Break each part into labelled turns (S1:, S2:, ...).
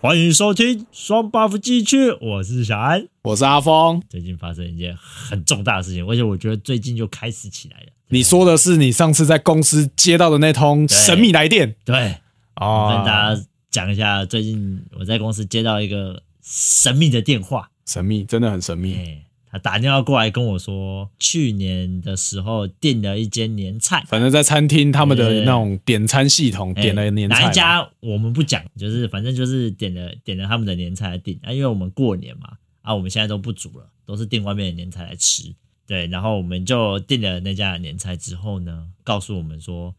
S1: 欢迎收听双 buff 继续，我是小安。
S2: 我是阿峰。
S1: 最近发生一件很重大的事情，而且我觉得最近就开始起来了。
S2: 你说的是你上次在公司接到的那通
S1: 对
S2: 神秘来电
S1: 对，跟
S2: 哦，
S1: 大家讲一下，最近我在公司接到一个神秘的电话，
S2: 神秘，真的很神秘。
S1: 哎，他打电话过来跟我说，去年的时候订了一间年菜，
S2: 反正，在餐厅他们
S1: 对
S2: 的那种点餐系统
S1: 哎
S2: 点了年菜嘛，
S1: 哪一家我们不讲，就是反正就是点了点了他们的年菜来订，啊，因为我们过年嘛，啊，我们现在都不煮了，都是订外面的年菜来吃。对，然后我们就订了那家的年菜之后呢，告诉我们说，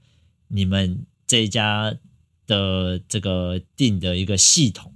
S1: 你们这一家的这个订的一个系统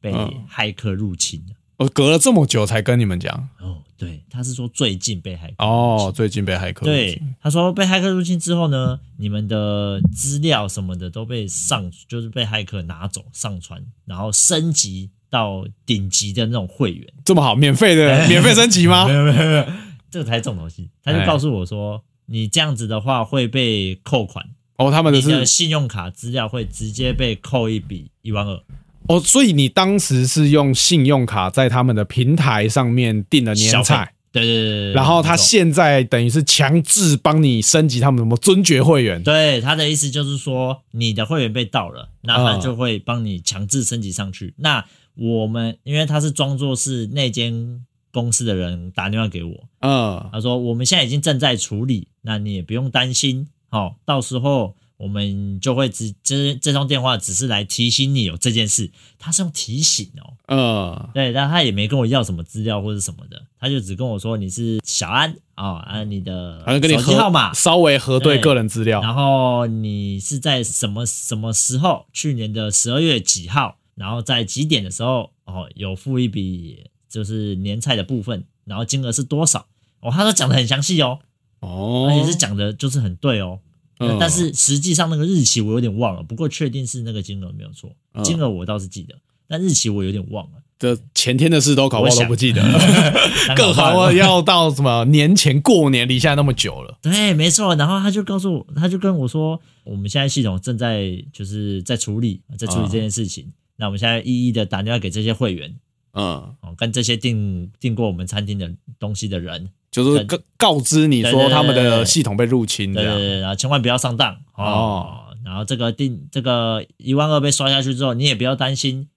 S1: 被
S2: 嗯
S1: 骇客入侵了。
S2: 我隔了这么久才跟你们讲
S1: 哦，对，他是说最近被骇客
S2: 哦，最近被骇客入
S1: 对
S2: 侵，
S1: 他说被骇客入侵之后呢，你们的资料什么的都被上，就是被骇客拿走上传，然后升级到顶级的那种会员。
S2: 这么好，免费的免费升级 吗
S1: 没？有没有没有，这个才是重头戏。他就
S2: 啊哎
S1: 告诉我说，你这样子的话会被扣款，
S2: 哦，他们的
S1: 你
S2: 是
S1: 的信用卡资料会直接被扣一笔一万二。
S2: 哦，所以你当时是用信用卡在他们的平台上面订了
S1: 消
S2: 年
S1: 费
S2: 菜，
S1: 对对对对对。
S2: 然后
S1: 没
S2: 他
S1: 错
S2: 现在等于是强制帮你升级他们什么尊爵会员，
S1: 对他的意思就是说，你的会员被盗了，那他
S2: 嗯
S1: 就会帮你强制升级上去。那我们因为他是装作是那间公司的人打电话给我，
S2: 嗯，
S1: 他说我们现在已经正在处理，那你也不用担心，好、到时候我们就会只这这通电话只是来提醒你有这件事，他是用提醒哦，
S2: 嗯，
S1: 对，但他也没跟我要什么资料或者什么的，他就只跟我说你是小安啊、哦、啊，你的
S2: 反正跟你
S1: 手机
S2: 核
S1: 号码
S2: 稍微核对
S1: 对
S2: 个人资料。
S1: 然后你是在什么什么时候？去年的十二月几号？然后在几点的时候？哦，有付一笔就是年菜的部分，然后金额是多少？哦，他都讲的很详细哦，
S2: 哦
S1: 而且是讲的就是很对哦。
S2: 嗯
S1: 但是实际上那个日期我有点忘了，不过确定是那个金额没有错，
S2: 嗯
S1: 金额我倒是记得，但日期我有点 忘了。
S2: 这前天的事都搞不
S1: 我
S2: 好都
S1: 想
S2: 不记 得，更啊
S1: 更
S2: 何况要到什么年前过年离现在那么久了。
S1: 对，没错。然后他就告诉我，他就跟我说，我们现在系统正在就是在处理，在处理
S2: 啊
S1: 这件事情。那我们现在一一的打电话给这些会员
S2: 嗯，
S1: 哦，跟这些订订过我们餐厅的东西的人，
S2: 就是告告知你
S1: 对对
S2: 说
S1: 对
S2: 他们的系统被入侵
S1: 对
S2: 这
S1: 对
S2: 样。
S1: 对，然后千万不要上当哦。
S2: 哦
S1: 然后这个订这个一万二被刷下去之后，你也不要担心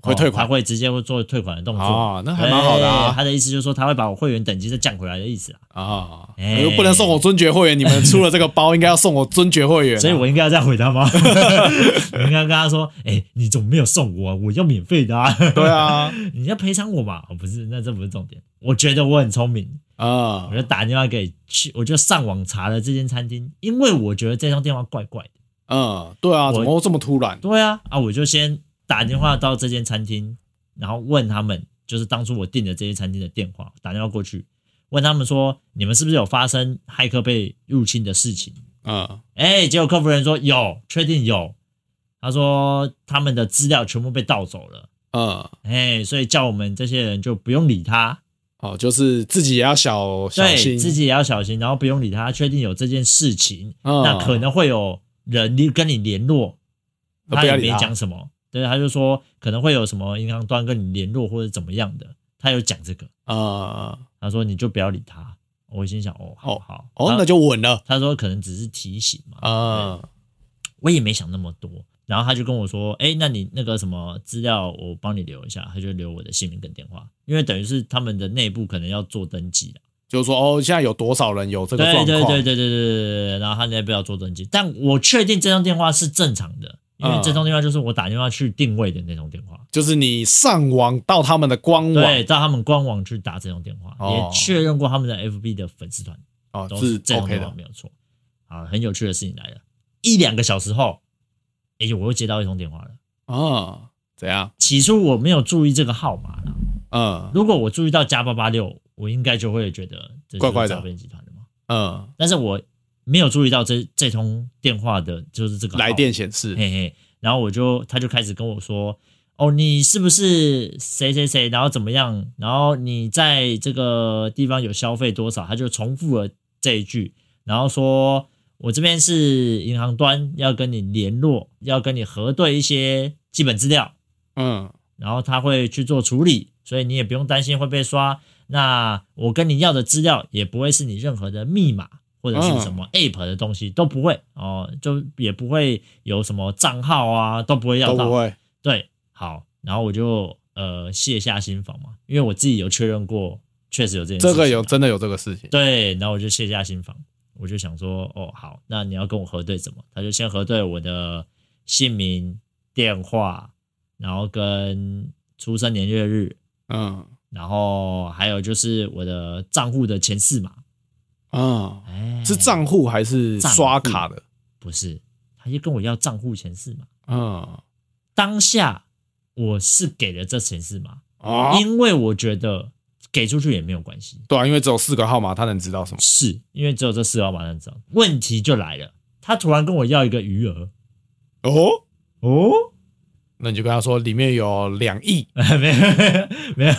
S2: 会退
S1: 哦
S2: 款
S1: 他会直接会做退款的动作。
S2: 哦那还蛮好的啊
S1: 对他哎的意思就是说，他会把我会员等级再降回来的意思啊。
S2: 啊，
S1: 哎
S2: 又不能送我尊爵会员，你们出了这个包，应该要送我尊爵会员啊。
S1: 所以我应该要这样回答吗？ 我应该跟他说：“哎、你怎么没有送我啊、我要免费的啊！
S2: 对啊，
S1: 你要赔偿我嘛？”哦，不是，那这不是重点。我觉得我很聪明，
S2: 啊
S1: 我就打电话给去，我就上网查了这间餐厅，因为我觉得这通电话怪怪的。
S2: 嗯，对啊，怎么会这么突然？
S1: 对啊，啊，我就先打电话到这间餐厅，然后问他们，就是当初我订的这些餐厅的电话，打电话过去问他们说：“你们是不是有发生骇客被入侵的事情？”
S2: 嗯，
S1: 哎、结果客服人说有，确定有。他说他们的资料全部被盗走了，
S2: 嗯，
S1: 哎、所以叫我们这些人就不用理他，
S2: 哦，就是自己也要小小
S1: 对
S2: 心，
S1: 自己也要小心，然后不用理他，确定有这件事情，
S2: 嗯
S1: 那可能会有人跟你联络，
S2: 呃
S1: 他
S2: 不
S1: 也
S2: 要理
S1: 没
S2: 他
S1: 讲什么，对，他就说可能会有什么银行端跟你联络或者怎么样的，他有讲这个，
S2: 啊，
S1: 他说你就不要理他，我心想哦，好
S2: 哦
S1: 好，
S2: 哦，那
S1: 他
S2: 就稳了
S1: 他说可能只是提醒嘛，
S2: 啊。
S1: 我也没想那么多。然后他就跟我说：“哎，那你那个什么资料，我帮你留一下。”他就留我的姓名跟电话，因为等于是他们的内部可能要做登记的。
S2: 就是说哦，现在有多少人有这个
S1: 对
S2: 状
S1: 对
S2: 况？
S1: 对对对对对对对。然后他那边要做登记，但我确定这通电话是正常的，因为
S2: 嗯
S1: 这通电话就是我打电话去定位的那通电话。
S2: 就是你上网到他们的官
S1: 对，
S2: 网
S1: 到他们官网去打这通电话，
S2: 哦
S1: 也确认过他们的 FB 的粉丝团
S2: 哦
S1: 都
S2: 是
S1: 这通
S2: OK
S1: 电话
S2: 的
S1: 没有错。啊，很有趣的事情来了，一两个小时后，哎，我又接到一通电话了。
S2: 啊？怎样？
S1: 起初我没有注意这个号码啦，
S2: 嗯
S1: 如果我注意到加八八六，我应该就会觉得这就
S2: 怪
S1: 是
S2: 怪的
S1: 诈骗集团的嘛。
S2: 嗯，
S1: 但是我没有注意到这这通电话的就是这个号
S2: 来，电显示
S1: 嘿嘿。然后我就他就开始跟我说，哦，你是不是谁谁谁，然后怎么样，然后你在这个地方有消费多少，他就重复了这一句，然后说我这边是银行端要跟你联络，要跟你核对一些基本资料。
S2: 嗯
S1: 然后他会去做处理，所以你也不用担心会被刷。那我跟你要的资料也不会是你任何的密码或者是什么 app 的东西、哦都不会哦，就也不会有什么账号啊，都不会要
S2: 都
S1: 到
S2: 不。会。
S1: 对，好，然后我就呃卸下心防嘛，因为我自己有确认过，确实有这件事情
S2: 这
S1: 啊。
S2: 个有真的有这个事情，
S1: 对，然后我就卸下心防，我就想说，哦，好，那你要跟我核对什么？他就先核对我的姓名、电话，然后跟出生年月日，
S2: 嗯
S1: 然后还有就是我的账户的前四码。
S2: 嗯，
S1: 哎，
S2: 是？账户还是
S1: 账户
S2: 刷卡的？
S1: 不是，他就跟我要账户前四码。
S2: 嗯
S1: 当下我是给了这前四码，
S2: 啊，
S1: 因为我觉得给出去也没有关系。
S2: 对啊，因为只有四个号码，他能知道什么？
S1: 是因为只有这四号码能找。问题就来了，他突然跟我要一个余额。
S2: 哦，
S1: 哦，
S2: 那你就跟他说里面有 两亿，
S1: 没有没有，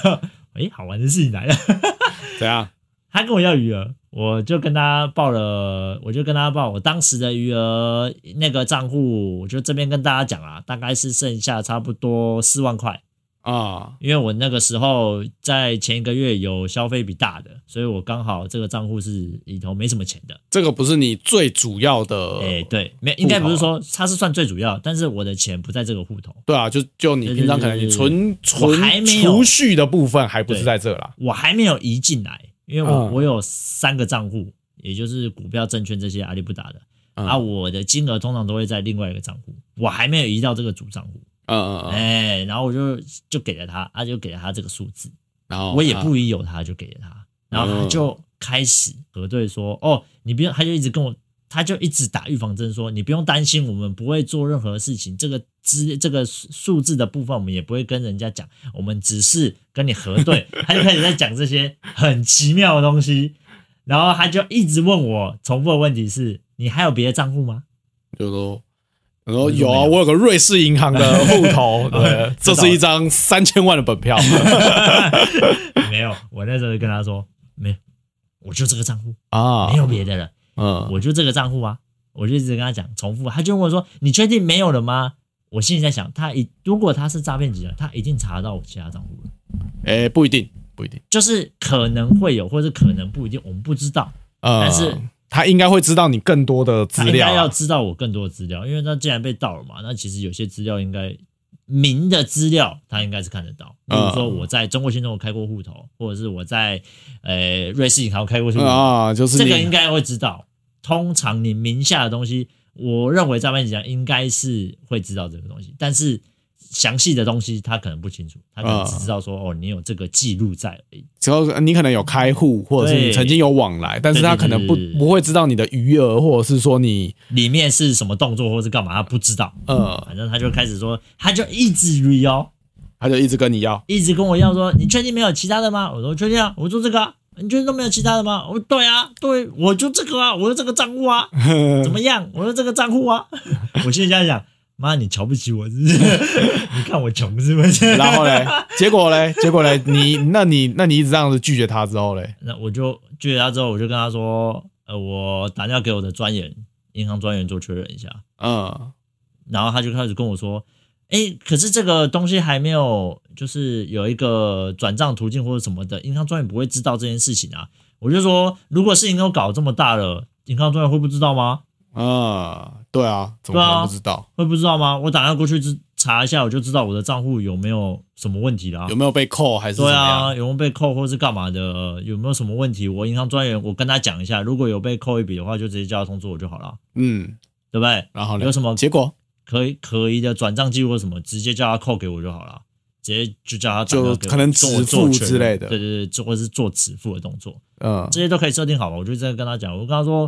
S1: 诶，好玩的事情来了。
S2: 怎样？
S1: 他跟我要余额，我就跟他报了，我就跟他报我当时的余额那个账户，我就这边跟大家讲啦，大概是剩下差不多四万块，
S2: 啊
S1: 因为我那个时候在前一个月有消费比大的，所以我刚好这个账户是里头没什么钱的。
S2: 这个不是你最主要的，
S1: 哎、对，没应该不是说它是算最主要，但是我的钱不在这个户头，
S2: 对啊，就就你
S1: 对对
S2: 平常可能你
S1: 对对
S2: 存
S1: 我
S2: 存
S1: 还没有
S2: 储蓄的部分还不是在这啦，
S1: 我还没有移进来，因为我、
S2: 嗯
S1: 我有三个账户，也就是股票、证券这些阿里不达的，
S2: 嗯
S1: 啊，我的金额通常都会在另外一个账户，我还没有移到这个主账户，
S2: 嗯嗯嗯，
S1: 哎、然后我就就给了他，他、啊就给了他这个数字，
S2: 然后
S1: 我也
S2: 啊
S1: 不疑有他，就给了他，然后他就开始核对说，哦，你不用，他就一直跟我，他就一直打预防针说，你不用担心，我们不会做任何事情，这个资这个数数字的部分我们也不会跟人家讲，我们只是跟你核对，他就开始在讲这些很奇妙的东西，然后他就一直问我重复的问题是，你还有别的账户吗？
S2: 就说，我说
S1: 就
S2: 有
S1: 没
S2: 啊，
S1: 有嗯
S2: 我有个瑞士银行的户 头，对，
S1: 知
S2: 这
S1: 道
S2: 是一张三千万的本票，
S1: 没有，我那时候就跟他说，没有，我就这个账户，
S2: 啊
S1: 没，有别的了。
S2: 嗯，
S1: 我就这个账户啊，我就一直跟他讲重复，他就问我说：“你确定没有了吗？”我心里在想，他一如果他是诈骗集团，他一定查到我其他账户了，
S2: 哎，不一定，不一定，
S1: 就是可能会有，或者可能不一定，我们不知道。
S2: 呃，
S1: 但是
S2: 他应该会知道你更多的资
S1: 他应该
S2: 料
S1: 要
S2: 啊，
S1: 知道我更多的资料，因为他既然被盗了嘛，那其实有些资料应该明的资料，他应该是看得到。比
S2: 嗯
S1: 如说我在中国信托开过户头，或者是我在呃瑞士银行开过户头，
S2: 啊，就是
S1: 这个应
S2: 你，
S1: 该会知道。通常你名下的东西，我认为诈骗集团应该是会知道这个东西，但是详细的东西他可能不清楚，他可能只知道说、哦，你有这个记录在而已。
S2: 只要你可能有开户，或者是
S1: 对
S2: 你曾经有往来，但是他可能不
S1: 对对对对
S2: 不会知道你的余额，或者是说你
S1: 里面是什么动作或是干嘛，他不知道。
S2: 呃，
S1: 反正他就开始说，他就一直 re 哦，
S2: 他就一直跟你要，
S1: 一直跟我要说，你确定没有其他的吗？我说确定啊，我做这个、啊。你确定都没有其他的吗？我说对啊，对，我就这个啊，我有这个账户啊，怎么样？我有这个账户啊。 我现在想，妈，你瞧不起我是不是？ 你看我穷是不是？
S2: 然后嘞，结果嘞，结果嘞，你那你那你一直这样子拒绝他之后嘞，
S1: 那我就拒绝他之后，我就跟他说，呃，我打电话给我的专员，银行专员做确认一下。
S2: 嗯，
S1: 然后他就开始跟我说，哎，可是这个东西还没有，就是有一个转账途径或者什么的，银行专员不会知道这件事情啊。我就说，如果事情都搞这么大了，银行专员会不知道吗？
S2: 啊，对啊，怎么可
S1: 对啊
S2: 能不知道？
S1: 会不知道吗？我打电话过去之查一下，我就知道我的账户有没有什么问题啦、
S2: 有没有被扣还是怎么
S1: 啊对
S2: 样？
S1: 啊，有没有被扣或是干嘛的？呃有没有什么问题？我银行专员，我跟他讲一下，如果有被扣一笔的话，就直接叫他通知我就好了，
S2: 嗯，
S1: 对不对？
S2: 然后嘞
S1: 有，什么
S2: 结果
S1: 可以可疑的转账记录或什么，直接叫他扣给我就好了，直接就叫他打电话
S2: 就
S1: 给我
S2: 可能
S1: 做
S2: 止
S1: 做
S2: 付
S1: 确认
S2: 之类的
S1: 对对对，做或是做止付的动作，
S2: 嗯
S1: 这些都可以设定好嘛。我就这样跟他讲，我跟他说，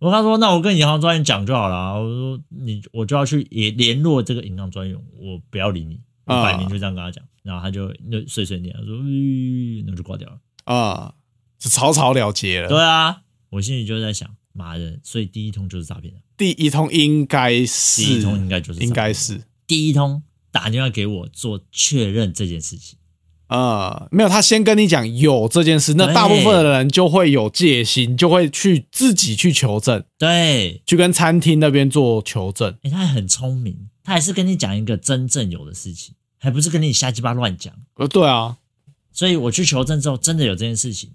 S1: 我跟他说，那我跟银行专员讲就好了。我说你，我就要去也联络这个银行专员，我不要理你，我
S2: 啊
S1: 摆明就这样跟他讲，然后他就那碎碎念，他说，嗯那我就挂掉了。
S2: 啊，就草草了结了。
S1: 对啊，我心里就在想，妈的，所以第一通就是诈骗的，
S2: 第一通应该是，
S1: 第一通应该就是诈骗
S2: 应该是
S1: 第一通打电话给我做确认这件事情。
S2: 啊，没有他先跟你讲有这件事，那
S1: 对
S2: 大部分的人就会有戒心，就会去自己去求证，
S1: 对，
S2: 去跟餐厅那边做求证。
S1: 哎、他还很聪明，他还是跟你讲一个真正有的事情。还不是跟你瞎鸡巴乱讲。
S2: 呃，对啊，
S1: 所以我去求证之后，真的有这件事情。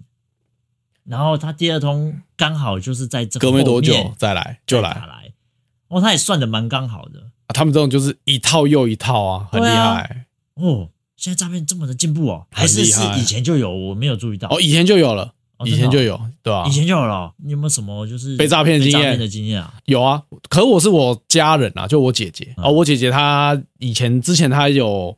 S1: 然后他第二通刚好就是在这
S2: 隔没多
S1: 后
S2: 久
S1: 面
S2: 再来就来、
S1: 打来，哦，他也算的蛮刚好的
S2: 啊他们这种就是一套又一套啊，很厉
S1: 对啊
S2: 害、
S1: 哦。现在诈骗这么的进步哦，
S2: 很
S1: 还是
S2: 厉
S1: 是
S2: 害
S1: 以前就有，我没有注意到。
S2: 哦，以前就有了，
S1: 哦
S2: 以
S1: 真的
S2: 前就
S1: 哦
S2: 有，对吧、啊
S1: 以前就有了哦。你有没有什么就是
S2: 被诈骗的
S1: 被
S2: 经
S1: 诈
S2: 验
S1: 骗的经验啊？
S2: 有啊，可我是我家人啊，就我姐姐啊、
S1: 嗯
S2: 哦我姐姐她以前之前她有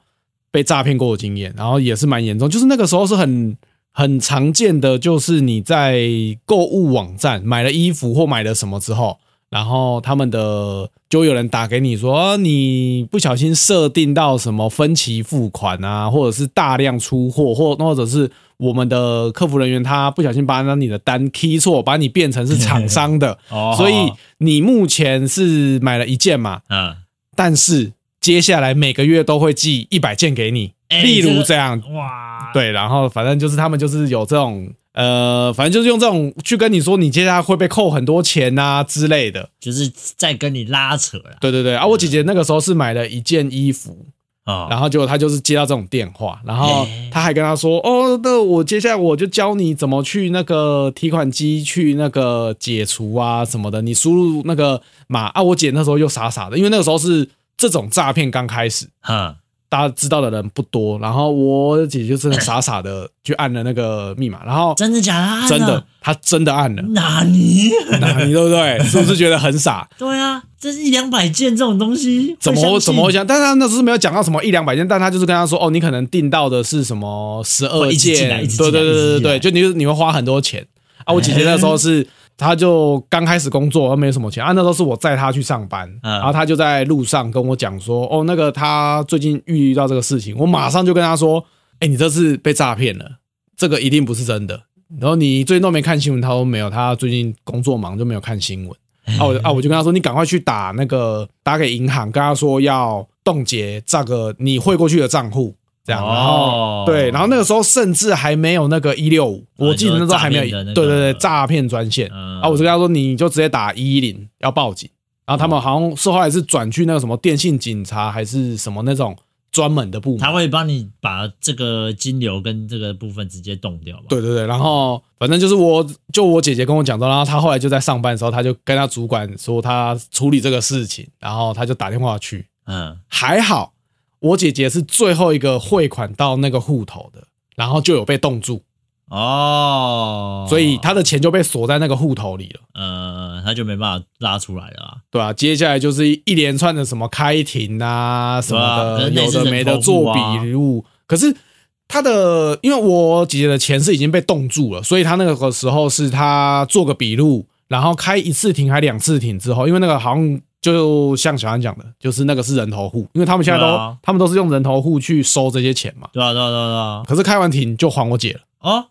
S2: 被诈骗过的经验，然后也是蛮严重，就是那个时候是很很常见的，就是你在购物网站买了衣服或买了什么之后，然后他们的就会有人打给你说、啊你不小心设定到什么分期付款啊，或者是大量出货，或或者是我们的客服人员他不小心把你的单 key 错，把你变成是厂商的。
S1: 哦
S2: 所以你目前是买了一件嘛，
S1: 嗯，
S2: 但是接下来每个月都会寄一百件给你，
S1: 哎
S2: 例
S1: 这
S2: 如
S1: 个
S2: 这样，
S1: 哇，
S2: 对，然后反正就是他们就是有这种。呃，反正就是用这种去跟你说，你接下来会被扣很多钱呐、之类的。
S1: 就是在跟你拉扯啦。
S2: 对对对啊，我姐姐那个时候是买了一件衣服，
S1: 哦，
S2: 然后结果她就是接到这种电话，然后
S1: 哎
S2: 她还跟她说：“哦，那我接下来我就教你怎么去那个提款机去那个解除啊什么的，你输入那个码啊。”我姐那时候又傻傻的，因为那个时候是这种诈骗刚开始，
S1: 哼，
S2: 大家知道的人不多，然后我姐就是傻傻的 去按了那个密码，然后
S1: 真的假的啊？，
S2: 真的，她真的按了
S1: 哪里？
S2: 那你对不对？是不是觉得很傻？
S1: 对啊，这是一两百件这种东西，
S2: 怎
S1: 会
S2: 么
S1: 相信
S2: 怎么会想？但他那时候没有讲到什么一两百件，但他就是跟他说，哦，你可能订到的是什么十二
S1: 会一直进来
S2: 件
S1: 一，直进
S2: 对对
S1: 来一
S2: 对
S1: 直
S2: 对对
S1: 进
S2: 对，
S1: 来
S2: 就你你会花很多钱啊！我姐姐那时候是， 她就刚开始工作，她没什么钱啊，那时候是我载她去上班，
S1: 嗯
S2: 然后她就在路上跟我讲说，哦，那个她最近遇到这个事情，我马上就跟她说，哎，你这次被诈骗了，这个一定不是真的。然后你最近都没看新闻，她说没有，她最近工作忙就没有看新闻。啊，我就啊，我就跟他说，你赶快去打那个打给银行，跟他说要冻结这个你汇过去的账户，这样。然后、
S1: 哦
S2: 对，然后那个时候甚至还没有那个一六五，我记得那时候还没有，
S1: 你说诈骗的那个
S2: 对对对，诈骗专线。
S1: 嗯
S2: 啊，我就跟他说，你就直接打一一零要报警。然
S1: 哦
S2: 后他们好像是后来是转去那个什么电信警察还是什么那种专门的部门
S1: 他。会帮你把这个金流跟这个部分直接冻掉吧？
S2: 对对对，然后反正就是我，就我姐姐跟我讲到，然后她后来就在上班的时候，她就跟她主管说她处理这个事情，然后她就打电话去，
S1: 嗯，
S2: 还好我姐姐是最后一个汇款到那个户头的，然后就有被冻住，
S1: 哦，
S2: 所以她的钱就被锁在那个户头里了。
S1: 呃，他就没办法拉出来了啊。
S2: 对啊，接下来就是一连串的什么开庭啊什么
S1: 对啊可
S2: 的，有
S1: 是那
S2: 的
S1: 是
S2: 没的
S1: 人头
S2: 做
S1: 户啊
S2: 笔录。可是她的，因为我姐姐的钱是已经被冻住了，所以她那个时候是她做个笔录，然后开一次庭还两次庭之后，因为那个好像就像小安讲的，就是那个是人头户，因为他们现在都、
S1: 对啊
S2: 他们都是用人头户去收这些钱嘛。
S1: 对啊，对啊，对啊，对啊。
S2: 可是开完庭就还我姐了，
S1: 哦，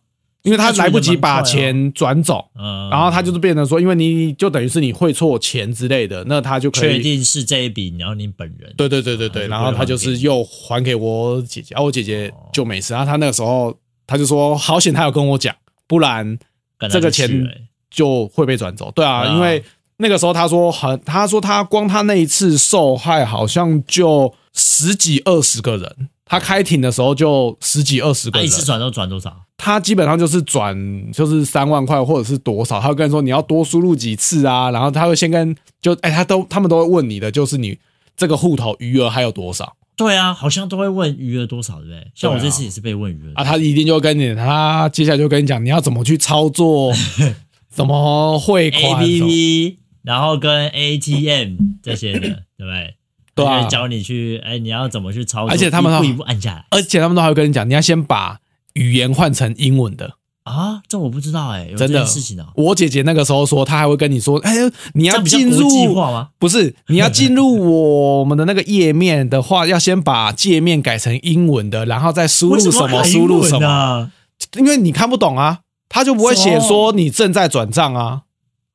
S2: 因为她来不及把
S1: 那处理得蛮
S2: 钱转走，
S1: 嗯，
S2: 然后她就是变成说，因为你就等于是你汇错钱之类的，那她就可
S1: 确
S2: 以。
S1: 定是这一笔，然后你本人
S2: 对对对对对，
S1: 啊
S2: 然后她就是又还给我姐姐，啊，我姐
S1: 哦
S2: 姐就没事，然后她那个时候她就说，好险她有跟我讲，不然
S1: 干
S2: 这
S1: 他就
S2: 个
S1: 去
S2: 钱
S1: 了欸
S2: 就会被转走。对啊，
S1: 对啊
S2: 因为那个时候她说很，她说她光她那一次受害好像就十几二十个人，她开庭的时候就十几二十
S1: 他
S2: 个
S1: 啊
S2: 人，
S1: 一次转都转多少？
S2: 他基本上就是转就是三万块或者是多少，他会跟你说你要多输入几次啊，然后他会先跟就哎、他都他们都会问你的，就是你这个户头余额还有多少
S1: 对啊，好像都会问余额多少，对不对？像我
S2: 对啊
S1: 这次也是被问余额
S2: 啊，他一定就会跟你，他接下来就跟你讲你要怎么去 操作，怎么汇款
S1: A
S2: 什
S1: P
S2: 么
S1: P，然后跟 A T M 这些的，对不对？
S2: 对啊
S1: 他就会教你去，哎，你要怎么去操作，
S2: 而且他们
S1: 一步一步按下来
S2: 而且他们都还会跟你讲，你要先把语言换成英文的。
S1: 啊，这我不知道哎，有
S2: 真的
S1: 这件事情哦，
S2: 我姐姐那个时候说，她还会跟你说，哎，你
S1: 这
S2: 要
S1: 样比较
S2: 进
S1: 国际
S2: 入
S1: 化吗？
S2: 不是，你要进入我们的那个页面的话，要先把界面改成英文的，然后再输入
S1: 为
S2: 什么
S1: 么啊
S2: 输入什么，
S1: 么？
S2: 因为你看不懂啊，他就不会写
S1: 哦
S2: 说你正在转账啊。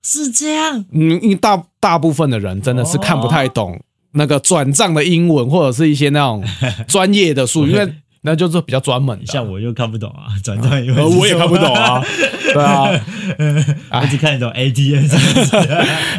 S1: 是这样
S2: 你你大嗯大部分的人真的是 看不太懂那个转账的英文，或者是一些那种专业的术语，因为那就是比较专门的啊、
S1: 像我就看不懂啊，转账以为
S2: 呃，
S1: 是
S2: 我也
S1: 什么
S2: 看不懂啊， 对啊，
S1: 我只看得懂 ATM 这样子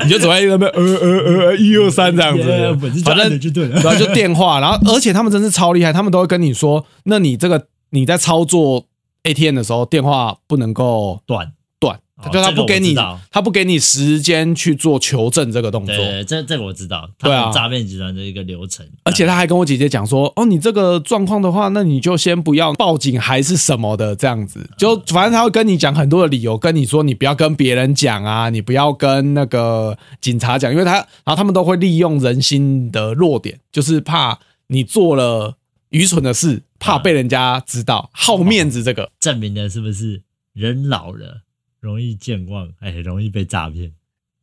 S2: 你就走在那边呃呃呃一二三这 样
S1: Yeah，我是
S2: 子，
S1: 这
S2: 反
S1: 样子
S2: 正
S1: 就对了
S2: 然后就电话，然后而且他们真是超厉害，他们都会跟你说，那你这个你在操作 ATM 的时候，电话不能够
S1: 断。
S2: 断
S1: 哦，
S2: 就他
S1: 这个
S2: 不
S1: 我
S2: 给你
S1: 知道，
S2: 他不给你时间去做求证这个动作
S1: 对，对，对这这个我知道，他
S2: 对啊
S1: 们诈骗集团的一个流程，
S2: 而且他还跟我姐姐讲说，哦，你这个状况的话，那你就先不要报警还是什么的，这样子，就反正他会跟你讲很多的理由，跟你说你不要跟别人讲啊，你不要跟那个警察讲，因为他，然后他们都会利用人心的弱点，就是怕你做了愚蠢的事，怕被人家知道，好面子这个。
S1: 证明了是不是人老了容易健忘，哎，容易被诈骗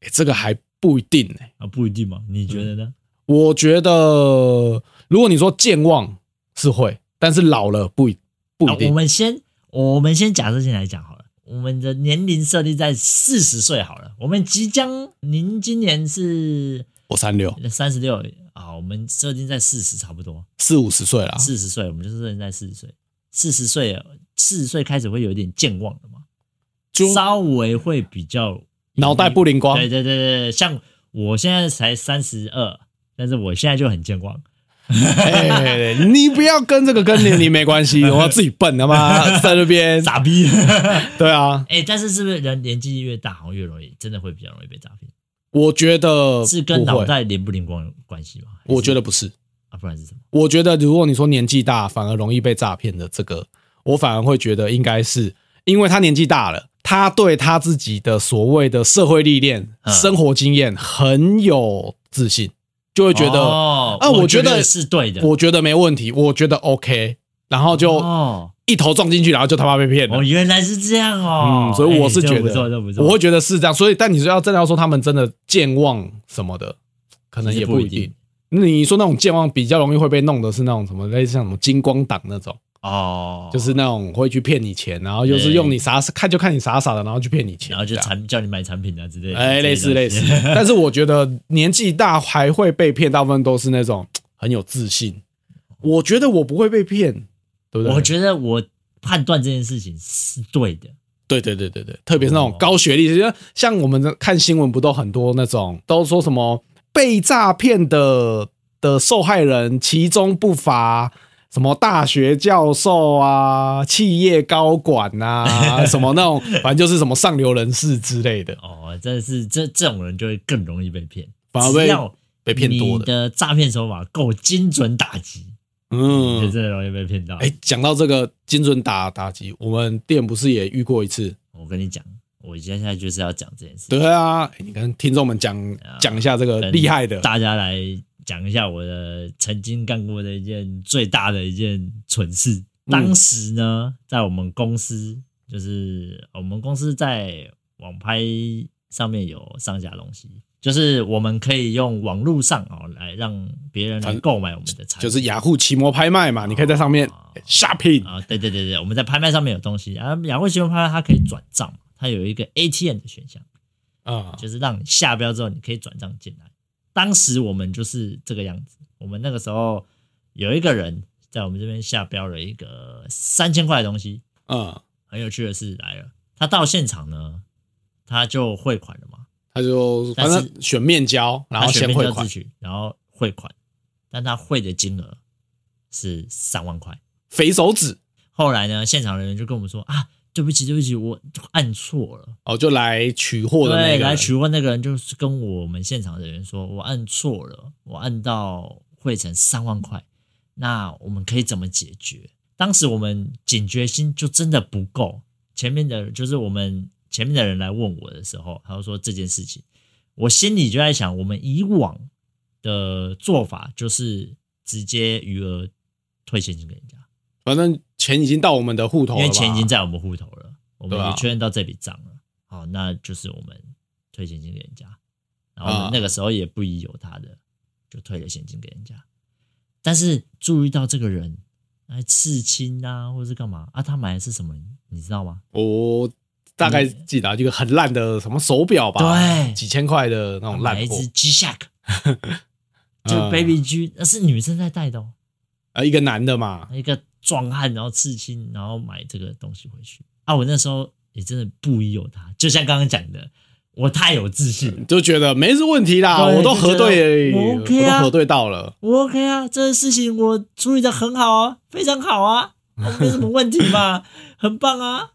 S2: 诶这个还不一定、欸、
S1: 啊？不一定嘛？你觉得呢？
S2: 我觉得如果你说健忘是会，但是老了不一嗯不一
S1: 啊我
S2: 定。
S1: 们先我们先假设性来讲好了，我们的年龄设定在四十岁好了，我们即将您今年是
S2: 我三六
S1: 三十六啊，我们设定在四十差不多，
S2: 四五十岁了啊，
S1: 四十岁我们就设定在四十岁，四十岁四十岁开始会有一点健忘了嘛，
S2: 就
S1: 稍微会比较
S2: 脑袋不灵光
S1: 对。对对对，对像我现在才三十二，但是我现在就很健 忘。
S2: 哎，你不要跟这个跟年龄没 关系，我要自己笨他妈在那边
S1: 傻逼！
S2: 对啊，
S1: 哎、但是是不是人年纪越大，好像越容易，真的会比较容易被诈骗？
S2: 我觉得
S1: 是跟
S2: 呃不
S1: 脑
S2: 会，
S1: 袋灵不灵光有关系吗？
S2: 我觉
S1: 得
S2: 得不是。
S1: 啊，不然是什么？
S2: 我觉得如果你说年纪大反而容易被诈骗的这个，我反而会觉得应该是因为他年纪大了，他对他自己的所谓的社会历练、
S1: 嗯
S2: 生活经验很有自信，就会觉得
S1: 哦、
S2: 啊我
S1: 我
S2: 觉得
S1: 是对的。
S2: 我觉得没问题，我觉得 OK，然后就
S1: 哦，
S2: 一头撞进去，然后就他妈被骗了
S1: 哦，。原来是这样哦。
S2: 嗯，所以我是
S1: 哎
S2: 觉
S1: 这不错，
S2: 得
S1: 这不，错。
S2: 我会觉得是这样。所以，但你说要真的要说他们真的健忘什么的，可能
S1: 其
S2: 也
S1: 实不
S2: 不一
S1: 一
S2: 定
S1: 定。
S2: 你说那种健忘比较容易会被弄的是那种什么类似像什么金光党那种，
S1: 哦，
S2: 就是那种会去骗你钱，然后就是
S1: 对
S2: 用你傻傻看就看你傻傻的，然后去骗你钱，
S1: 然后就
S2: 这样
S1: 产叫你买产品啊之类的。。
S2: 哎类似类似但是我觉得年纪大还会被骗，大部分都是那种很有自信。我觉得我不会被骗，对不 对？
S1: 我觉得我判断这件事情是对的。
S2: 对对对对对，特别是那种
S1: 哦
S2: 高学历，像像我们这看新闻不都很多那种，都说什么被诈骗的的受害人，其中不乏什么大学教授啊、企业高管啊，什么那种，反正就是什么上流人士之类的，
S1: 哦，真的是这这种人就会更容易被骗，
S2: 反而
S1: 只
S2: 被
S1: 要
S2: 被骗
S1: 你
S2: 多的。
S1: 的诈骗手法够精准打击，
S2: 嗯
S1: 就，真的容易被骗到。
S2: 哎，讲到这个精准打打击，我们店不是也遇过一次？
S1: 我跟你讲，我接下来就是要讲这件事，
S2: 对啊，哎你跟听众们讲讲一下这个
S1: 跟
S2: 呃厉害的，
S1: 啊大家来讲一下我的曾经干过的一件最大的一件蠢事。
S2: 嗯
S1: 当时呢，在我们公司，就是我们公司在网拍上面有上架东西，就是我们可以用网络上哦来让别人来购买我们的产品，
S2: 就是雅虎奇摩拍卖嘛，你可以在上面哎
S1: 哦
S2: shopping。
S1: 啊，对对对对，我们在拍卖上面有东西啊，雅慧信用拍卖它可以转账，它有一个 ATM 的选项，
S2: 啊，
S1: 就是让你下标之后你可以转账进来。当时我们就是这个样子，我们那个时候有一个人在我们这边下标了一个三千块的东西，
S2: 嗯，
S1: 很有趣的事来了，他到现场呢，他就汇款了嘛，
S2: 他就反
S1: 但是
S2: 正选面交，然后
S1: 他
S2: 先
S1: 随便
S2: 汇
S1: 就
S2: 款
S1: 自，取，然后汇款，但他汇的金额是三万块。
S2: 肥手指
S1: 后来呢，现场人员就跟我们说啊，对不起，对不起，我按错了。
S2: 哦，就来取货的那
S1: 对，
S2: 个人
S1: 来取货那个人就是跟我们现场的人说，我按错了，我按到汇成三万块，那我们可以怎么解决？当时我们警觉心就真的不够，前面的就是我们前面的人来问我的时候，他就说这件事情，我心里就在想，我们以往的做法就是直接余额退现金给人家。
S2: 反正钱已经到我们的户头了
S1: 因
S2: 吧，
S1: 为钱已经在我们户头了，我们
S2: 对啊
S1: 也确认到这笔账了。好，那就是我们退现金给人家，然后我
S2: 啊
S1: 们那个时候也不疑有他的，就退了现金给人家。但是注意到这个人来刺青啊，或者是干嘛啊？他买的是什么？你知道吗？
S2: 我大概记得啊一个很烂的什么手表吧，
S1: 对
S2: 几千块的那
S1: 他
S2: 种
S1: 买
S2: 烂
S1: 一
S2: 货啊
S1: 只，G Shock，就
S2: 嗯
S1: Baby G，那是女生在戴的哦，
S2: 呃，一个男的嘛，
S1: 一个壮汉，然后刺青，然后买这个东西回去啊！我那时候也真的不疑有他，就像刚刚讲的，我太有自信了，
S2: 就觉得没什么问题啦，
S1: 对
S2: 我都核对，
S1: 就觉得
S2: 我
S1: 我 OK 啊
S2: 都核对到了。
S1: 我 OK 啊，这个事情我处理的很好啊，非常好啊，哦没什么问题吧， 很棒啊，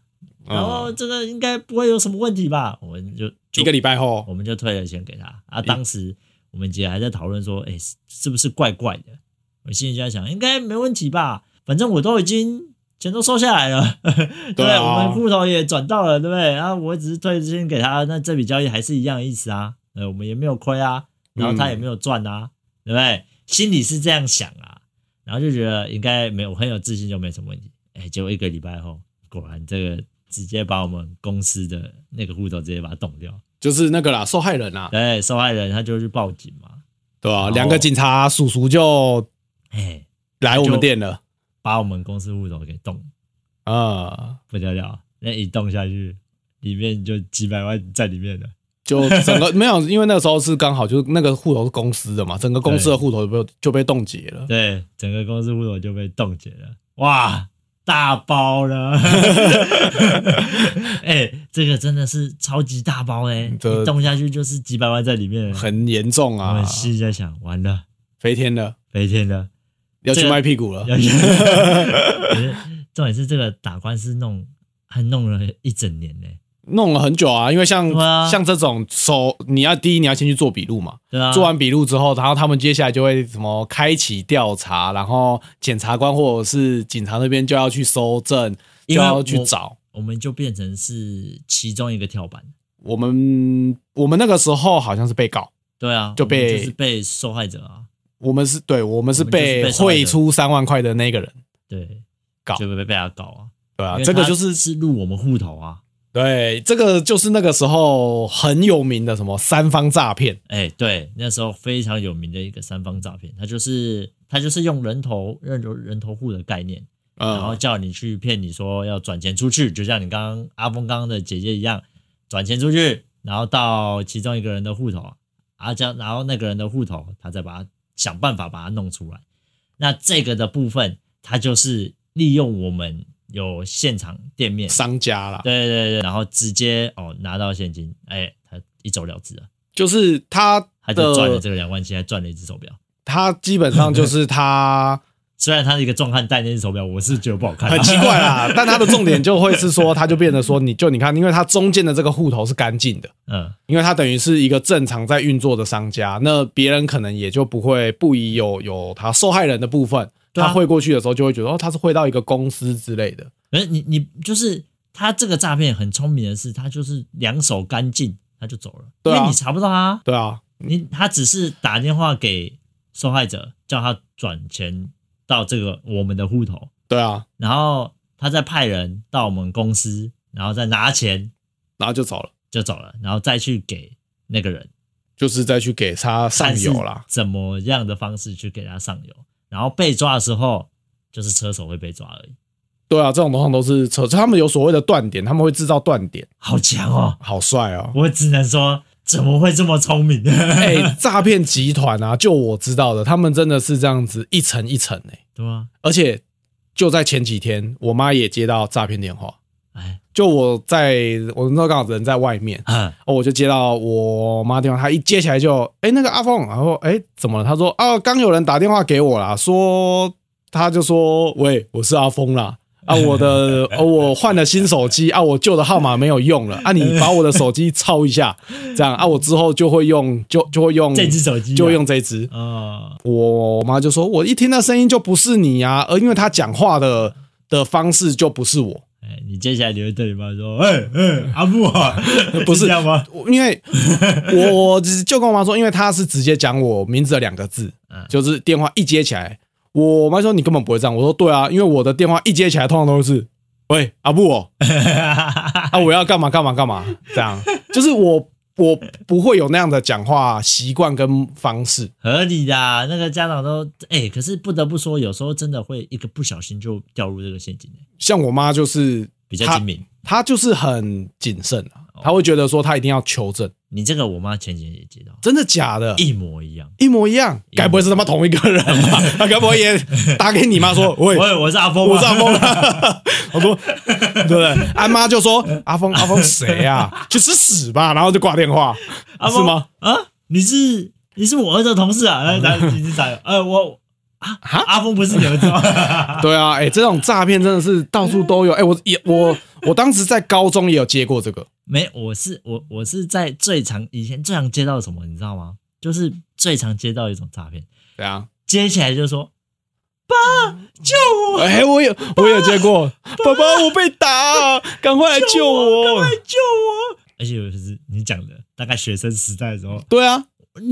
S1: 然后
S2: 嗯，
S1: 这个应该不会有什么问题吧？我们就就
S2: 一个礼拜后，
S1: 我们就退了钱给他啊。当时我们姐还在讨论说，哎、是是不是怪怪的？我心里就在想，应该没问题吧，反正我都已经钱都收下来了， 对不
S2: 对
S1: 对？
S2: 啊
S1: 我们户头也转到了，对不对？然、后我只是退钱给他，那这笔交易还是一样的意思啊，呃，我们也没有亏啊，然后他
S2: 嗯
S1: 也没有赚啊，对不对？心里是这样想啊，然后就觉得应该没有，我很有自信，就没什么问题。哎，结果一个礼拜后，果然这个直接把我们公司的那个户头直接把它冻掉。
S2: 就是那个啦，受害人啦，啊
S1: 对，哎受害人他就去报警嘛，
S2: 对吧？
S1: 后
S2: 两个警察叔叔就
S1: 哎，
S2: 来我们店了，
S1: 把我们公司户头给冻，
S2: 啊，
S1: 不得了，那一冻下去，里面就几百万在里面了。
S2: 就整个没有，因为那时候是刚好就是那个户头是公司的嘛，整个公司的户头就被就被冻结了。
S1: 对，整个公司户头就被冻结了，哇，大包了！ 哎、这个真的是超级大包哎、
S2: 嗯这
S1: 一冻下去就是几百万在里面了。
S2: 很严重
S1: 我
S2: 啊
S1: 们，心里在想，完了，
S2: 飞天了，
S1: 飞天了。
S2: 要去
S1: 这个
S2: 卖屁股了。
S1: 要 去可是重点是这个打官司弄，还弄了一整年呢、
S2: 弄了很久啊，因为像、
S1: 对啊
S2: 像这种手，你要第一你要先去做笔录嘛，
S1: 对啊，
S2: 做完笔录之后，然后他们接下来就会什么开启调查，然后检察官或者是警察那边就要去搜证，就
S1: 因为
S2: 要去
S1: 我
S2: 找。
S1: 我们就变成是其中一个跳板。
S2: 我们我们那个时候好像是被告，
S1: 对啊，
S2: 就被
S1: 我们就是被受害者啊，
S2: 我们是对，我们是
S1: 我们就是被
S2: 被
S1: 受害
S2: 汇
S1: 人
S2: 出三万块的那个人，
S1: 对，
S2: 搞
S1: 就被被他搞啊。
S2: 对啊
S1: 因，为
S2: 这个
S1: 他
S2: 就是
S1: 是入我们户头啊。
S2: 对，这个就是那个时候很有名的什么三方诈骗，
S1: 哎，对，那时候非常有名的一个三方诈骗，他就是他就是用人头人头人头户的概念，然后
S2: 嗯，
S1: 叫你去骗你说要转钱出去，就像你刚刚阿峰刚刚的姐姐一样，转钱出去，然后到其中一个人的户头，啊，这样，然后那个人的户头，他再把它想办法把它弄出来。那这个的部分，他就是利用我们有现场店面，
S2: 商家啦，
S1: 对对对，然后直接哦拿到现金，哎，他一走了之了，
S2: 就是他
S1: 他就赚了
S2: 的
S1: 这个两万七，还赚了一只手表。
S2: 他基本上就是他。
S1: 虽然他是一个壮汉戴那只手表，我是觉得不好看、啊，
S2: 很奇怪 啦。但它的重点就会是说，它就变得说，你就你看，因为它中间的这个户头是干净的，
S1: 嗯，
S2: 因为它等于是一个正常在运作的商家，那别人可能也就不会不疑有有他受害人的部分。
S1: 对啊
S2: 他汇过去的时候，就会觉得哦，他是汇到一个公司之类的，
S1: 可是你你就是他这个诈骗很聪明的是，他就是两手干净，他就走了，
S2: 对啊
S1: 因为你查不到他，
S2: 对啊，
S1: 你他只是打电话给受害者，叫他转钱到这个我们的户头，
S2: 对啊，
S1: 然后他再派人到我们公司，然后再拿钱
S2: 然后就走了，
S1: 就走了，然后再去给那个人
S2: 就是再去给他上
S1: 看是
S2: 游啦，
S1: 怎么样的方式去给他上游，然后被抓的时候就是车手会被抓而已，
S2: 对啊，这种通常都是扯，他们有所谓的断点，他们会制造断点，
S1: 好强哦！
S2: 好 帅哦。
S1: 我只能说，怎么会这么聪明？
S2: 哎、诈骗集团啊，就我知道的，他们真的是这样子一层一层哎、
S1: 对啊，
S2: 而且就在前几天，我妈也接到诈骗电话。
S1: 哎，
S2: 就我在我那时候刚好人在外面，
S1: 啊
S2: 哦，我就接到我妈电话，她一接起来就，哎、那个阿峰，然后哎、怎么了？她说啊，刚有人打电话给我啦，说她就说喂，我是阿峰啦。啊，我的，哦，我换了新手机啊，我旧的号码没有用了啊，你把我的手机抄一下，这样啊，我之后就会用，就就会用
S1: 这只手机啊
S2: 就用这只，
S1: 哦，
S2: 我妈就说，我一听那声音就不是你呀、啊，而因为她讲话的的方式就不是我，
S1: 哎，你接下来你会对你妈说，哎哎，阿木 啊，
S2: 不是
S1: 这样吗？
S2: 我因为我我只是就跟我妈说，因为她是直接讲我名字的两个字
S1: 嗯，
S2: 就是电话一接起来，我妈说你根本不会这样，我说对啊，因为我的电话一接起来通常都是喂阿布 哦，啊我要干嘛干嘛干嘛这样，就是我我不会有那样的讲话习惯跟方式，
S1: 合理的，啊那个家长都哎，可是不得不说，有时候真的会一个不小心就掉入这个陷阱，
S2: 像我妈就是
S1: 比较
S2: 她
S1: 精明。
S2: 她就是很谨慎啊，她会觉得说她一定要求证，
S1: 你这个我妈前几天也接到，
S2: 真的假的？
S1: 一模一样。
S2: 一模一样，该不会是他妈同一个人吧？他该不会也打给你妈说，喂，
S1: 喂，我是阿峰吗，
S2: 嗯 我是阿峰 啊，我说对不对？安妈就说阿峰阿峰谁啊？去吃屎吧！然后就挂电话，
S1: 阿
S2: 是
S1: 峰
S2: 吗？
S1: 啊，你是你是我儿子的同事啊？来来，你是谁？呃，我啊，阿峰不是你儿子吗？
S2: 对啊，哎，这种诈骗真的是到处都有。哎，我也我我当时在高中也有接过这个，
S1: 没，我是我我是在最常以前最常接到什么，你知道吗？就是最常接到一种诈骗，
S2: 对啊，
S1: 接起来就说
S2: 哎，我有我有接过，爸爸我被打，啊赶快来啊救我！
S1: 救我，而且有就是你讲的，大概学生时代的时候，
S2: 对啊，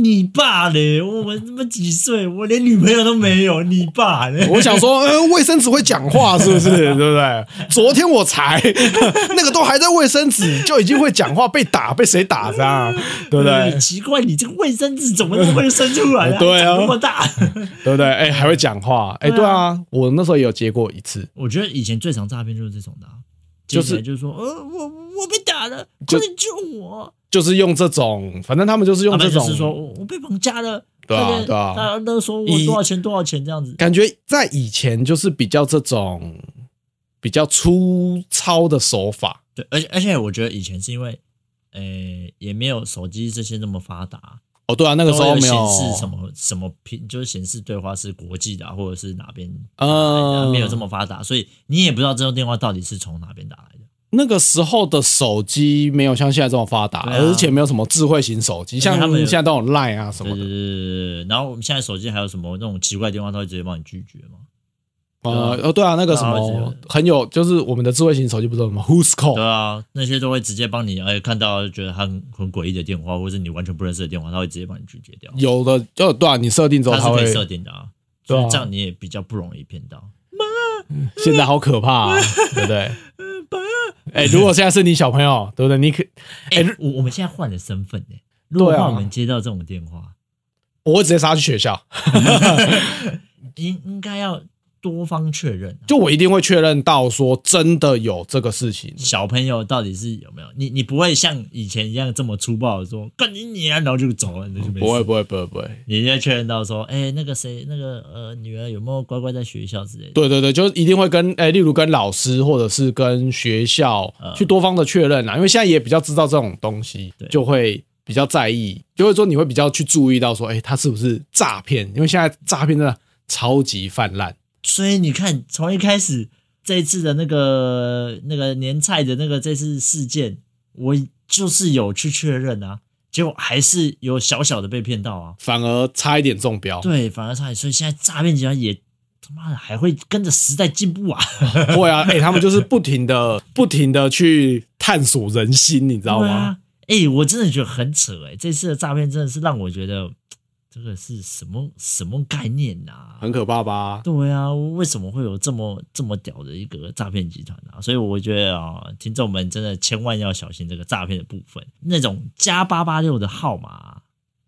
S1: 你爸嘞，我们他妈几岁，我连女朋友都没有，你爸嘞，
S2: 我想说，呃，卫生纸会讲话是 不是？对不对？昨天我才 那个都还在卫生纸，就已经会讲话，被打被谁打这样，
S1: 嗯
S2: 对不哦对？
S1: 奇怪，你这个卫生纸怎么会生出来啊？
S2: 对啊
S1: 长那么大。
S2: 对不对？哎、还会讲话，哎、对
S1: 对
S2: 啊，我那时候也有接过一次，
S1: 我觉得以前最常诈骗就是这种的、啊，
S2: 就是
S1: 接起来就是说，呃，我我被打了，
S2: 就
S1: 快点救我！
S2: 就是用这种，反正他们就是用
S1: 他
S2: 这
S1: 啊们就
S2: 种，
S1: 是说我我被绑架了，
S2: 对啊
S1: 快点
S2: 对啊
S1: 他勒索我
S2: 以
S1: 多少钱多少钱这样子。
S2: 感觉在以前就是比较这种比较粗糙的手法，
S1: 对，而且而且我觉得以前是因为，呃，也没有手机这些那么发达，
S2: 哦，对啊，那个
S1: 那
S2: 时候没
S1: 显
S2: 有
S1: 示什，么什么屏，就是显示对话是国际的啊、或者是哪边
S2: 呃，
S1: 啊没有这么发达，所以你也不知道这通电话到底是从哪边打来的。
S2: 那个时候的手机没有像现在这么发达，
S1: 对啊
S2: 而且没有什么智慧型手机，像
S1: 他们有
S2: 现在都有 Line 啊什
S1: 对
S2: 么
S1: 对对，
S2: 的
S1: 对对。然后我们现在手机还有什么那种奇怪的电话，他会直接帮你拒绝吗？
S2: 呃，哦，对啊，那个什
S1: 对啊
S2: 么
S1: 我记
S2: 很有，就是我们的智慧型手机不是有什么
S1: 对
S2: Who's Call，
S1: 啊，那些都会直接帮你，哎，看到觉得他很很诡异的电话，或者是你完全不认识的电话，他会直接帮你拒绝掉。
S2: 有的就对啊，你设定之后
S1: 它是
S2: 它
S1: 可
S2: 会
S1: 以，设定的啊，
S2: 对
S1: 所
S2: 啊
S1: 以这样你也比较不容易骗到。
S2: 现在好可 怕、啊，对不对？
S1: 呃啊
S2: 哎、如果现在是你小朋友，对不对？你可，
S1: 哎、我我们现在换了身份呢、如果
S2: 对啊
S1: 换我们接到这种电话，
S2: 我会直接杀去学校，
S1: 应应该要多方确认啊、
S2: 就我一定会确认到说真的有这个事情。
S1: 小朋友到底是有没有你？你不会像以前一样这么粗暴的说“干你你啊”，然后就走了，那就没事。
S2: 不会，不会，不会，不会。
S1: 你要确认到说，哎、那个谁，那个呃，女儿有没有乖乖在学校之类的？
S2: 对对对，就一定会跟哎、例如跟老师或者是跟学校
S1: 嗯
S2: 去多方的确认啦，啊因为现在也比较知道这种东西
S1: 对，
S2: 就会比较在意，就会说你会比较去注意到说，哎、他是不是诈骗？因为现在诈骗真的超级泛滥。
S1: 所以你看，从一开始这一次的那个那个年菜的那个这次事件，我就是有去确认啊，结果还是有小小的被骗到啊。
S2: 反而差一点中标，
S1: 对，反而差点，所以现在诈骗集团也他妈的还会跟着时代进步啊，
S2: 会啊，哎、他们就是不停的、不停的去探索人心，你知道
S1: 对
S2: 吗？
S1: 啊？哎、我真的觉得很扯哎、这次的诈骗真的是让我觉得这个是什么什么概念呐、啊？
S2: 很可怕吧？
S1: 对啊，为什么会有这么这么屌的一个诈骗集团啊？所以我觉得啊、听众们真的千万要小心这个诈骗的部分，那种加八八六的号码啊、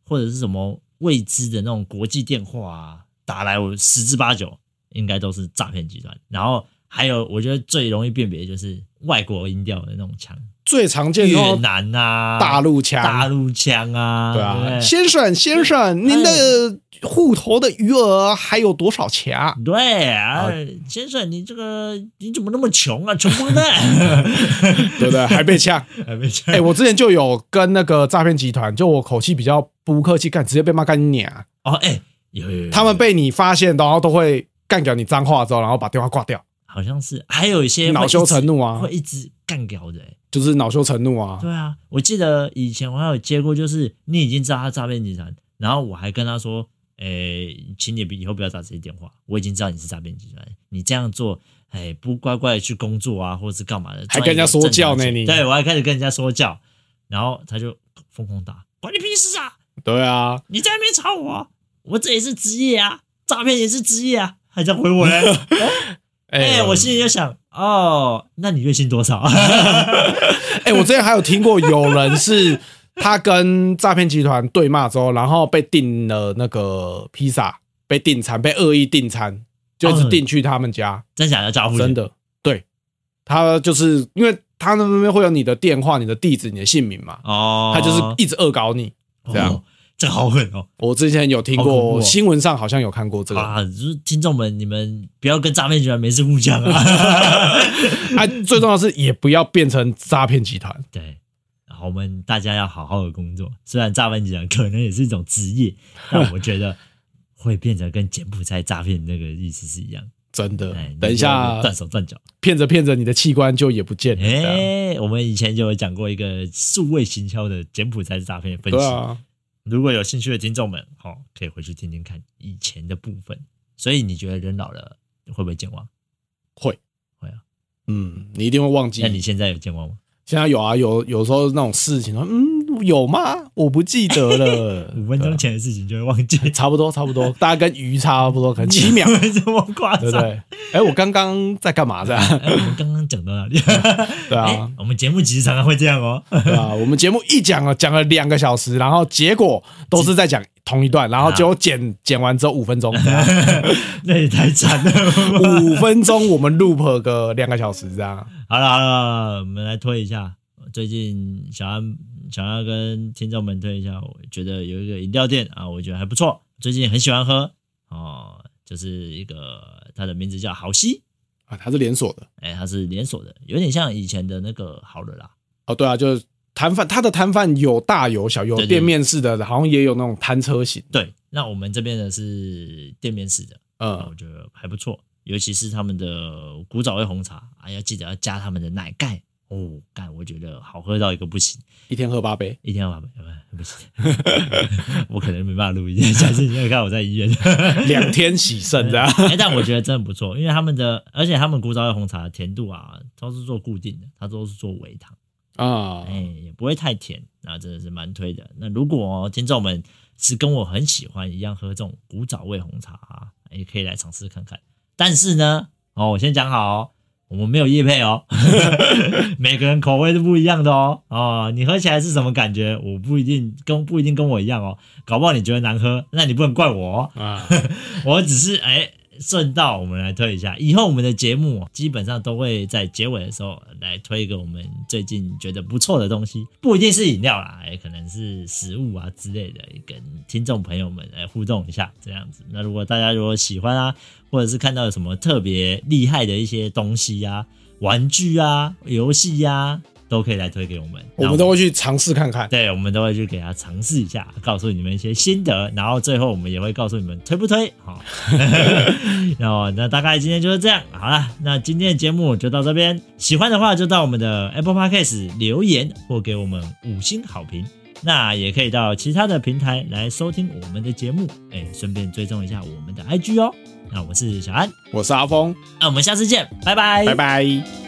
S1: 或者是什么未知的那种国际电话啊，打来我十之八九应该都是诈骗集团。然后还有，我觉得最容易辨别就是外国音调的那种腔，
S2: 最常见
S1: 越
S2: 的
S1: 南啊，
S2: 大陆腔，
S1: 大陆腔啊，
S2: 对
S1: 不
S2: 啊，
S1: 对
S2: 先生先生，您的户头的余额还有多少钱啊？
S1: 对啊，先生，你这个你怎么那么穷 啊，穷光蛋！
S2: 对不对？还被呛。
S1: 还没讲
S2: 哎、我之前就有跟那个诈骗集团，就我口气比较不客气，干直接被骂干你娘。
S1: 哦，哎、有有有，
S2: 他们被你发现，然后都会干掉你脏话之后，然后把电话挂掉，
S1: 好像是还有一些哎会
S2: 恼羞成怒啊
S1: 一直会一直干掉的、欸。
S2: 就是恼羞成怒啊。
S1: 对啊，我记得以前我还有接过，就是你已经知道他诈骗集团，然后我还跟他说，哎、请你以后不要打这些电话，我已经知道你是诈骗集团，你这样做。哎，不乖乖的去工作啊，或者是干嘛的，
S2: 还跟人家
S1: 赚一点
S2: 说教
S1: 正常的
S2: 呢
S1: 钱
S2: 你
S1: 对我还开始跟人家说教，然后他就疯狂打，管你屁事啊！
S2: 对啊，
S1: 你在那边吵我，我这也是职业啊，诈骗也是职业啊，还在回我嘞。
S2: 哎
S1: 哎、我心里就想，哦，那你月薪多少？
S2: 哎、我之前还有听过有人是他跟诈骗集团对骂之后，然后被订了那个披萨，被
S1: 嗯
S2: 订餐，被恶意订餐，就是订去他们家，
S1: 真假的交付？
S2: 真，的。对，他就是因为他那边会有你的电话、你的地址、你的姓名嘛，
S1: 哦，
S2: 他就是一直恶搞你。这样
S1: 哦，这个好狠哦！
S2: 我之前有听
S1: 好恐怖
S2: 过，
S1: 哦
S2: 新闻上好像有看过这个啊。
S1: 啊，就是听众们，你们不要跟诈骗集团没事互讲啊！
S2: 最重要的是也不要变成诈骗集团。
S1: 对，然后我们大家要好好的工作。虽然诈骗集团可能也是一种职 业，但我觉得会变得跟柬埔寨诈骗那个意思是一样。
S2: 真的
S1: 哎，，
S2: 等一
S1: 你
S2: 下啊
S1: 不要断手断脚。
S2: 骗着骗着，你的器官就也不见了。这样
S1: 哎、我们以前就有讲过一个数位行销的柬埔寨诈骗分析。
S2: 对啊，
S1: 如果有兴趣的听众们，好、可以回去听听看以前的部分。所以你觉得人老了会不会健忘？
S2: 嗯会
S1: 会啊。
S2: 嗯，你一定会忘记
S1: 那。你现在有健忘吗？。
S2: 现在有啊，有有时候那种事情，嗯，有吗？我不记得 了
S1: 五分钟前的事情就会忘记，，
S2: 对啊差不多，差不多，大概跟鱼差不多，可能七秒
S1: 这么夸
S2: 对不
S1: 张？
S2: 对？哎，我刚刚在干嘛？这 样
S1: 哎，我们刚刚讲到哪里？
S2: 对啊
S1: 哎，我们节目其实常常会这样哦。
S2: 对啊，我们节目一讲了，讲了两个小时，然后结果都是在讲同一段，然后结果剪剪完之后五分 钟，这样
S1: 那也太惨了吧。
S2: 五分钟我们 loop 个两个小时这样。
S1: 好了好了，我们来推一下。最近小安想要跟听众们推一下，我觉得有一个饮料店啊，我觉得还不错，最近很喜欢喝哦，就是一个它的名字叫好西，
S2: 啊，它是连锁的
S1: 哎，它是连锁的，有点像以前的那个好了啦，
S2: 哦，对啊，就是摊贩，它的摊贩有大有小，有
S1: 对对
S2: 店面式的，好像也有那种摊车型，
S1: 对。那我们这边的是店面式的，啊
S2: 嗯
S1: 我，觉得还不错，尤其是他们的古早味红茶，啊，要记得要加他们的奶盖哦，干，我觉得好喝到一个不行，
S2: 一天喝八杯，
S1: 一定要把不不行， 我可能没办法录音， 下次你要看我在医院。
S2: 两天洗肾这样。
S1: 哎，但我觉得真的不错，因为他们的，而且他们古早味红茶的甜度啊，都是做固定的，它都是做微糖，
S2: 啊
S1: 哎、，也不会太甜，那真的是蛮推的。那如果、哦听众们是跟我很喜欢一样喝这种古早味红茶、啊，也可以来尝试看看。但是呢，哦，我先讲好、哦，我们没有夜配哦， 每个人口味都不一样的哦。哦，你喝起来是什么感觉？我不一定跟不一定跟我一样哦，搞不好你觉得难喝，那你不能怪我、哦。
S2: 啊，
S1: 我只是哎，顺道我们来推一下，以后我们的节目基本上都会在结尾的时候来推一个我们最近觉得不错的东西，不一定是饮料啦，也可能是食物啊之类的，跟听众朋友们来互动一下这样子。那如果大家如果喜欢啊，或者是看到有什么特别厉害的一些东西啊、玩具啊、游戏呀，都可以来推给我们，
S2: 我们都会去尝试看看。
S1: 对，我们都会去给他尝试一下，告诉你们一些心得，然后最后我们也会告诉你们推不推。好，然后 那大概今天就是这样，好了，那今天的节目就到这边。喜欢的话就到我们的 Apple Podcast 留言或给我们五星好评。那也可以到其他的平台来收听我们的节目，哎，顺便追踪一下我们的 IG 哦。那我是小安，
S2: 我是阿峰，哎
S1: 那我们下次见，拜拜，
S2: 拜拜。